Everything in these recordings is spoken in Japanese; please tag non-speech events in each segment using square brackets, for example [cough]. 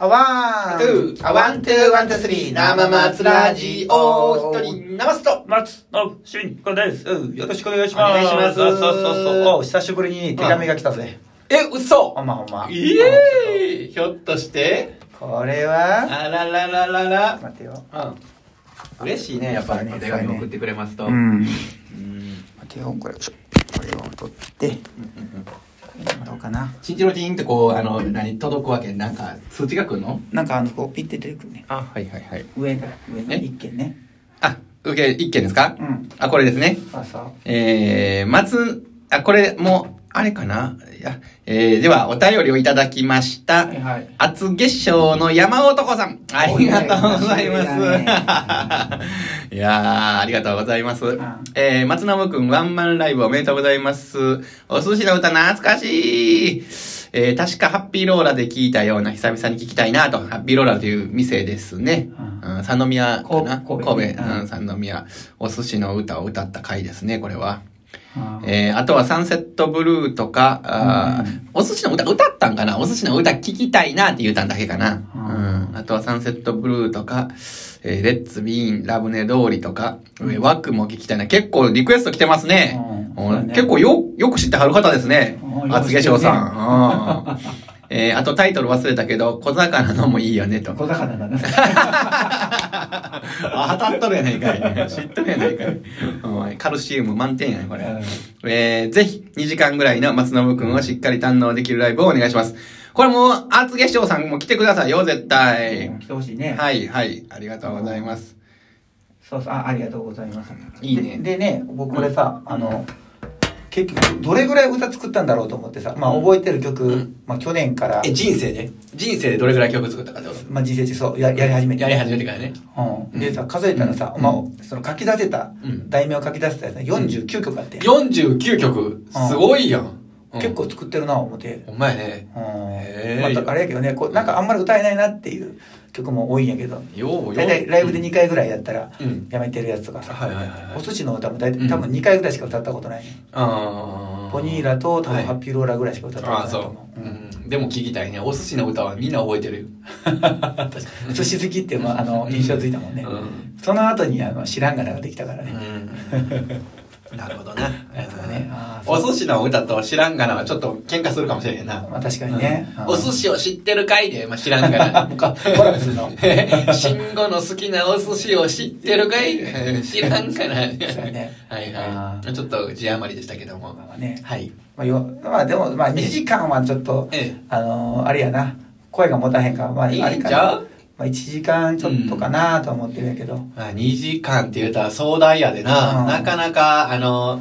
あワン、ツー、あ、ワン、ツー、ワン、ツー、スリー、生松ラジオ、一人、生すと。松の俊子です。よろしくお願いしおます。願いしますそうそうそうそう。お久しぶりに手紙が来たぜ。え、嘘ほんまほんま。いえーひょっとして、これは、あららららら待てよ。ら。うん。嬉しいね、やっぱ、そうねお手紙送ってくれますと。ううんん。待てよこれよいしょこれを取ってどうかなチンチロチンってこう、あの、何、届くわけ、なんか、通知が来るのなんかあのこうピッて出てくるねあ、はいはいはい。上が上のえ一軒ねあ、受け、一件ですかうんあ、これですね。そうそうえー、松、あ、これ、もう、あれかないや、えー、では、お便りをいただきました。はいはい厚月賞の山男さん。ありがとうございます。いやー、ありがとうございます。えー、松信くん、ワンマンライブおめでとうございます。お寿司の歌懐かしい。えー、確かハッピーローラで聞いたような久々に聞きたいなと、ハッピーローラという店ですね。うん、三宮かなこ神戸神戸、ねうんうん、三宮。お寿司の歌を歌った回ですね、これは。あーえーあとはサンセットブルーとか、あーお寿司の歌、歌ったんかなお寿司の歌聞きたいなって言うたんだけかな。うん。あとはサンセットブルーとか、えーレッツビーン、ラブネ通りとか、えーワックも聞きたいな。結構リクエスト来てますね。うんうんそうね結構よ、よく知ってはる方ですねう。ん厚化粧さん。うんえーあとタイトル忘れたけど、小魚のもいいよねと。小魚だなあ、当たっとるやないかい。知っとるやないかい。お前カルシウム満点やね、これ。 [laughs] えー、ぜひ、2時間ぐらいの松信くんをしっかり堪能できるライブをお願いします。これもう、厚化粧さんも来てくださいよ、絶対。来てほしいねはい、はい。ありがとうございます。そうそうあありがとうございますいいねででね僕これさあの結局どれぐらい歌作ったんだろうと思ってさまあ覚えてる曲まあ去年から人生で人生でどれぐらい曲作ったかってこまあ人生中そうややり始めてやり始めてからね。うん、でさ数えたらさ、まあ、その書き出せた、うん題名を書き出せたやつが49曲あって、 49曲すごいやん。結。構作ってるな思って、ほんまやね。うんへまえたあれやけどねこうなんかあんまり歌えないなっていう曲も多いんやけどよう、大体ライブで2回ぐらいやったらうん。やめてるやつとかさ、はいはいはいはいお寿司の歌も大う体ん多分2回ぐらいしか歌ったことないね、あポニーラと多は分いハッピーローラぐらいしか歌ったことあなあいとそ思う、う、ううんん、でも聞きたいねお寿司の歌はみんな覚えてるよ確か [laughs] [laughs] に寿司好きっていう、まあ、あの印象ついたもんね、うんその後にあの知らんがなができたからね、うん [laughs] なるほどな、ねあーお寿司の歌と知らんがなはちょっと喧嘩するかもしれへんな、まあ確かにねうんうんお寿司を知ってるかいで、まあ、知らんが [laughs] なもうかコラボすん [laughs] の慎吾の好きなお寿司を知ってるかい [laughs] 知らんがなうやねはいあはいちょっと字余りでしたけどもまあねはいまあ、よまあでも、まあ、2時間はちょっと、ええあのーあれやな声が持たへんから、まあ、あいいれんかちゃなうまあ、1時間ちょっとかなとは思ってるんやけど、まあ、2時間って言うたら壮大やでな、うんなかなか、あの、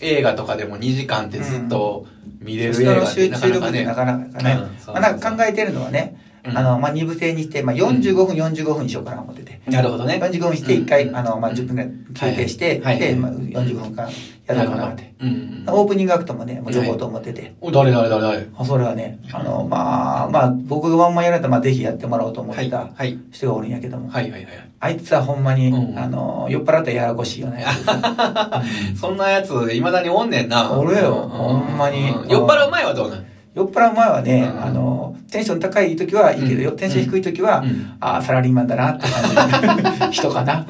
映画とかでも2時間ってずっと見れる映人の画っ集てなか中なか力っね。てなかなかね、うんそうまあ、なんか考えてるのはね、うんあのまあ、2部制にして、まあ、45分、45分にしようかなと思ってて。なるほどね。 45分して1回、うんあのまあ、10分ぐらい休憩して、はいはいで、まはあ、い45分間やろなるうほかどなって。。うんうんオープニングアクトもね、もう呼ぼうと思ってて。お、誰誰誰誰あそれはね、あの、まあ、まあ、僕がワンマンやられたら、まあ、ぜひやってもらおうと思っはてい。たはい。人がおるんやけども、はいはいはい。あいつはほんまに、うんあの、酔っ払ったらややこしいよ [laughs] ね。そんなやつ、未だにおんねんな。おるようほんまにうん酔っ払う前はどうなん酔っ払う前はね、うんあの、テンション高い時はいいけどよ、うんテンション低い時は、うんああ、サラリーマンだなって感じ人か [laughs] な。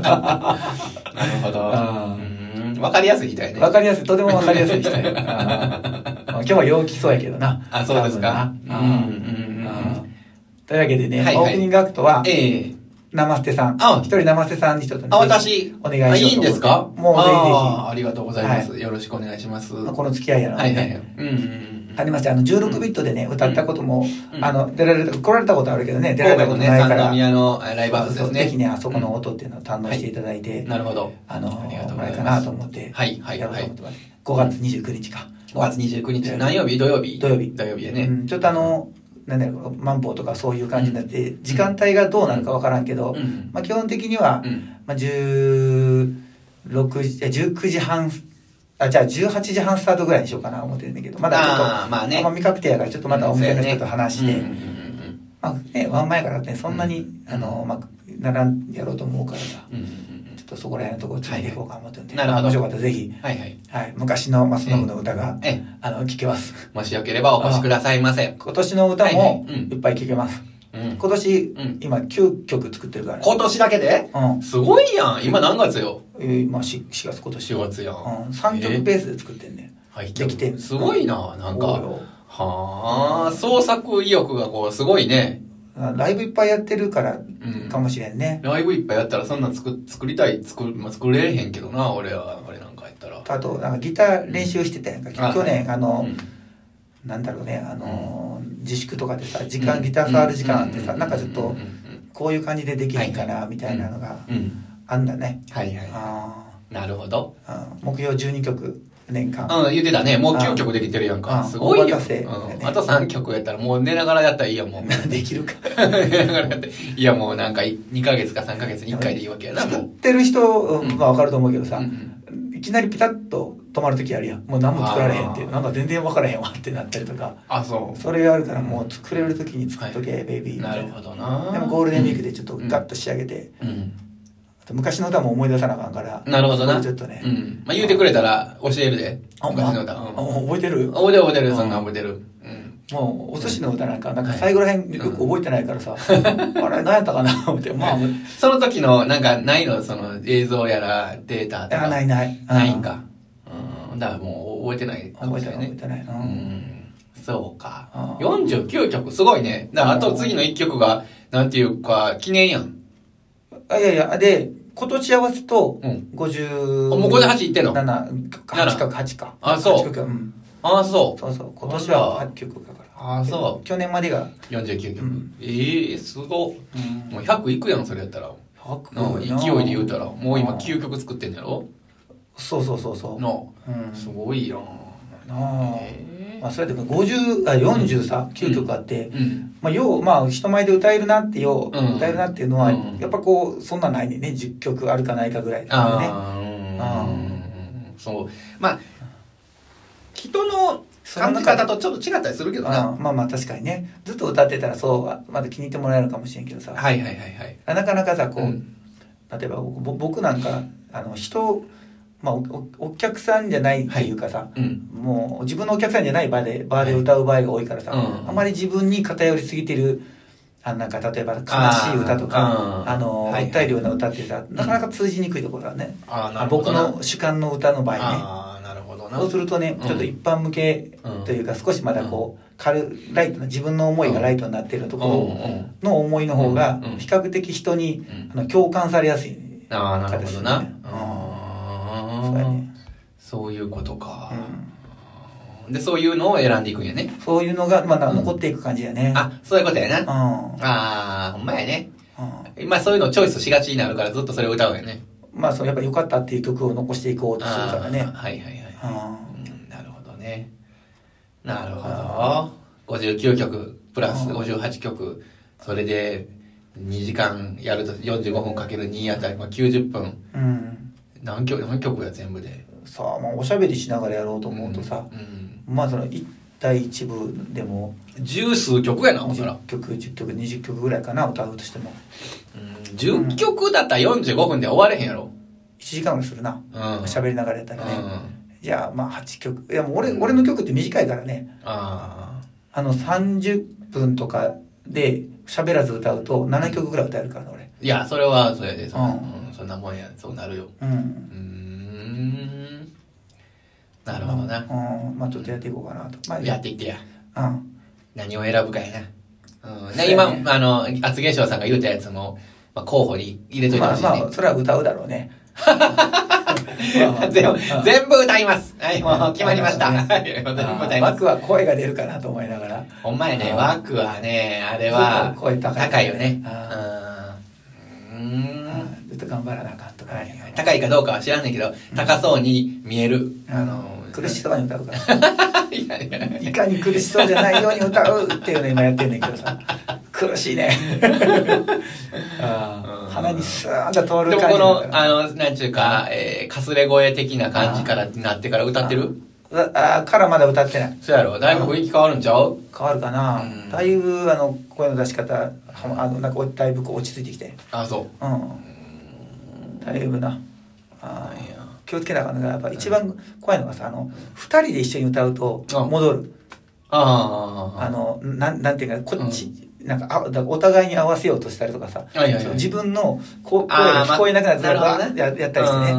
なるほど。あうんわかりやすいみたいね。わかりやすい、とてもわかりやすい人 [laughs] や。あー今日は陽気そうやけどな。あ、そうですか。多分なあーうんうんあーというわけでね、はいはいオープニングアクトは、ええ。ナマステさんあ。一人ナマステさんにちょっとねあ、私。お願いしようと思ってあいいんですかもうぜひぜひあーありがとうございます。よろしくお願いします。まあはこの付き合いやなのでいね、はい。うんうんうん。ありまして、あの、16ビットでね、歌ったことも、うんあの、出られた、来られたことあるけどね、出られた神戸このとなね、いか三ら。宮のえーライブハウスですね。ぜひね、あそこの音っていうのを堪能していただいて、なるほど。あの、ありがとうもごらざえいたまなすと思って、はいはいやろうはとい思ってます。5月29日か。 5月29日、何曜日土曜日土曜日土曜日やうね。んちょっとあの、なんだろう、マンボウとかそういう感じになって、時間帯がどうなるかわからんけど、うんまあ基本的にはう、ん。まあ、16時、あ19時半、あ、じゃあ18時半スタートぐらいにしようかな思ってるんだけど、まだちょっと、あーまあねんま未確定やから、ちょっとまたお店の人と話して、うんうんうんうんまあね、ワンマンやからね、そんなに、あの、まあ、ならんやろうと思うからさ、うんうんうんうんちょっっとそこら辺のところを詰めていこうかなと思ってるんで、はいはいなるほど面白かったらぜひ、はいはい。はい、昔の松信の歌が、ええあの聴けます。もしよければお越しくださいませ。今年の歌はいもはいうんいっぱい聴けます。うん。今年、ん今9曲作ってるから、ね。今年だけでうん。すごいやん。今何月よえー、まあ 4, 月今年 ?4 月やん。うん、3曲えベースで作ってんね、ーはい、できてんすごいな、なんそうか。よはあ、創作意欲がこう、すごいね。あライブいっぱいやってるからんかもしれんね、ライブいっぱいやったらそんなん作、作りたい、作、まあ、作れへんけどな、俺は、あれなんかやったら。あとなんかギター練習してたやんか、ん去年あの、うんなんだろうねあのー、自粛とかでさ時間ギター触る時間あってさ、うなんかちょっうんうとんうんこういう感じでできへんかはいなはいみたいなのがうんうんあんだね、はいはいあなるほどーうん目標12曲年間うん言ってたねもうあ9曲できてるやんかあすごいよ、お任せうん、あと3曲やったらもう寝ながらやったらいいやもう [laughs] [laughs] できるか寝ながらやっていやもうなんか2ヶ月か3ヶ月に1回でいいわけやな作っもてる人は分かると思うけどうさ、うんうんいきなりピタッと止まる時あるやんもう何も作られへんってあーなんか全然分からへんわってなったりとかあそうそれがあるからもう作れる時に作っとけ、ベイビーみなたるいなほどなでもゴールデンウィークでちょっとガッと仕上げて、うん、あと昔の歌も思い出さなあかんからなるほどなそこでちょっとね、うんまあ、言うてくれたら教えるであ昔の歌うあんあ覚えてる覚えてる覚えてるそんなうん覚えてるうんもうお寿司の歌なんかなんかはい最後らへんよく覚えてないからさ、あれ何やったかな思って [laughs] まあその時のなんかないのその映像やらデータとあかないないないんか。うん。だからもう覚えてないかも覚えしてれないない覚えね。てない、ううんん。そうか。う49曲、すごいね。だからあと次の1曲が、なんていうか、記念やん。あいやいやで今年合わせとうん50あもう58いってんの7か8か8かあそう8曲うんああ、そそうそう今年は8曲だからあらあそう去年までがう。49曲。うんええすごっ。もう100いくやん、それやったら。な100あ勢いで言うたらら、もう今うん9曲作ってんやろそうそうそうそうなうんあすごいやん。なあえまあそうやって50あ40さ9曲あって、えうん。まあ、よう、まあ、人前で歌えるなってよう、うん歌えるなっていうのは、うんやっぱこう、そんなないねんね、10曲あるかないかぐらいなんでね。ああ、あーうん。そう。まあ、人のその感中じで方とちょっと違ったりするけどな。うんまあまあ確かにね、ずっと歌ってたらそうは、まだ気に入ってもらえるかもしれんけどさ、はいはいはいはい。なかなかさ、こう、うん例えば僕ぼ僕なんか、あの、人、まあお、おお客さんじゃないっていうかさ、うん。もう自分のお客さんじゃない場で、バーで歌う場合が多いからさ、うんあまり自分に偏りすぎてる、あのなんか例えば悲しい歌とあか、ーあの、はいはい訴えるような歌ってさ、なかなか通じにくいところだね。ああ、なあるほ僕どな。の主観の歌の場合ねああ、なるほどな。そうするとね、うんちょっと一般向けというか少しまだこう軽いライトな自分の思いがライトになっているとこうんうんろの思いの方がうん比較的人にうんあの共感されやすいああ、なるほどな。そあうやあ、ねそういうことかう。んで、そういうのを選んでいくんやね。そういうのがまだうん残っていく感じやねあ、そういうことやうな。んうんああ、ほんまやね。まあそういうのチョイスしがちになるからずっとそれを歌うんやね。まあそうやっぱ良かったっていう曲を残していこうとするかあらあねはいはいはい。うんうんなるほどね。なるほど。59曲プラス58曲。それで2時間やると45分かける2あたり、まあ、90分。うん何曲、何曲や全部で。さあまあおしゃべりしながらやろうと思うとさうん。まあその一対一部でも十数曲やな、ほんなら10。曲10曲20曲ぐらいかな歌うとしてもうん10曲だったら45分で終われへんやろ。 1時間ぐらいするなうん。うん。喋りながらやったらね、じゃあまあ8曲いやもう俺俺の曲って短いからねああの30分とかで喋らず歌うと7曲ぐらい歌えるからね俺ーいや、それは、それで、そ,、うんうん、そんなもんや、そうなるよ。ううんーん。なるほどな。うんまあちょっとやっていこうかなとまあやっていってや。うん何を選ぶかやな。うん、そうねや今ね、あの、厚化粧さんが言うたやつも、まあ、候補に入れといてまほあしいまあね。それは歌うだろう [laughs] ねまあまあ全部うん全部歌います。はい、もう決まりました。うんはい全部歌いま枠す。は声が出るかなと思いながらほんまやね、うんワークはね、あれはちょっと声高いね高いよね。う。うんうーんんちょっと頑張らなあかんとかね、高いかどうかは知らんねんけど、高そうに見える。あの苦しそうに歌うから [laughs] い。いやいやいかに苦しそうじゃないように歌うっていうのを今やってんねんけどさ苦しい [laughs] ねあー鼻にスーンと通でる感もこじのだ、かあの、なんちゅうか、えーかすれ声的な感じから、なってから歌ってるらああーからまだ歌ってないそうやろだいぶ雰囲気変わるんちゃう変わるかな、うんだいぶあの声の出し方はあのなんかだいぶこう落ち着いてきてあ、そう。うんだいぶなあなんやー気をつけなあかんのがやっぱ一番怖いのがさあの2人で一緒に歌うとあ戻るあああのなんなんていうかこっち、なんかあだからお互いに合わせようとしたりとかさ、はいはいはいその自分のこう声あがーま聞こえなくなってなるほどねややったりしてねうん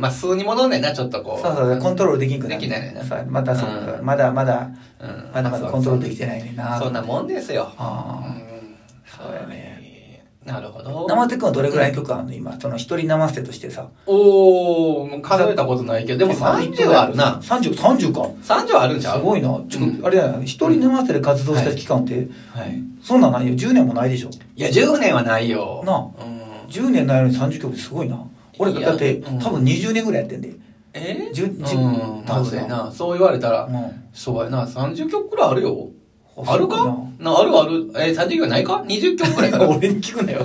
まあ数に戻んねんなちょっとこうそうそうそうコントロールできんくなるできないねんなそうまたそううんだからまだまだうんまだまだコントロールできてないねんなそんなもんですよあーうそうやねなるほど生瀬君はどれぐらいの曲あんの今その一人生瀬としてさおお数えたことないけどでも30はあるな3030か30はあるんちゃうすごいなちょうんあれだよ一人生瀬で活動した期間ってはいそんなんないよ10年もないでしょいや10年はないよなあうん10年ないのに30曲ってすごいな俺いやだってうん多分20年ぐらいやってんでえじゅじゅうんまあそうやなそう言われたらうんそうやな30曲くらいあるよああるかなあるあるえー30曲ないか20 [laughs] 曲くらいかな俺に聞くな [laughs] よ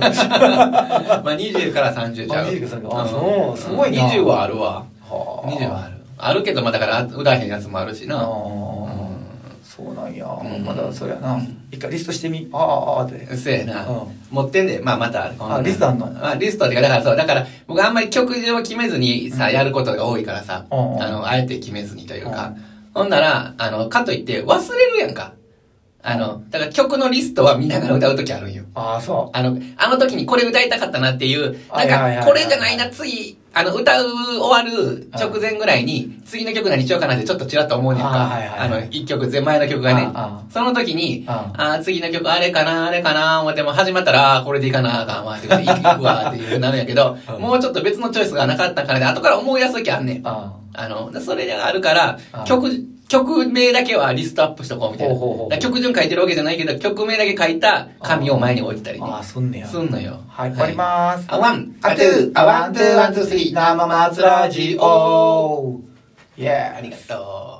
まあ20から30じゃあう20から30あそうすごいな20はあるわはあ20はあるあるけどまあだから歌えへんやつもあるしあなーそうなんやんまだそりゃな一回リストしてみあーあーあーってうせえな、うん持ってんでまあまた今度あリストあんのあリストっていうかだからそうだから僕あんまり曲順を決めずにさ、うんやることが多いからさ、うんあのあえて決めずにというか、うほんならあのかといって忘れるやんかあのだから曲のリストは見ながら歌う時あるんよああそあのあの時にこれ歌いたかったなっていうなはいはいはいんはかいこれじゃないな次あの歌う終わる直前ぐらいに次の曲何しようかなってちょっとちらっと思うねんあかはいはいあの1曲前前の曲うがねあその時にー、あーああー次の曲あれかなあれかな思っても始まったらあーこれでいいかなあかんわって言っていく [laughs] わっていうなるんやけど、うんもうちょっと別のチョイスがなかったからで後から思い出す時あんねんーああのでそれがあるからうん曲曲名だけはリストアップしとこうみたいなほうほうほうだから曲順書いてるわけじゃないけど曲名だけ書いた紙を前に置いてたりーねあーすんねやすんのよはい終わりまーすあワンアトゥーアワントゥーワントゥースリー生松ラジオイエーイありがとう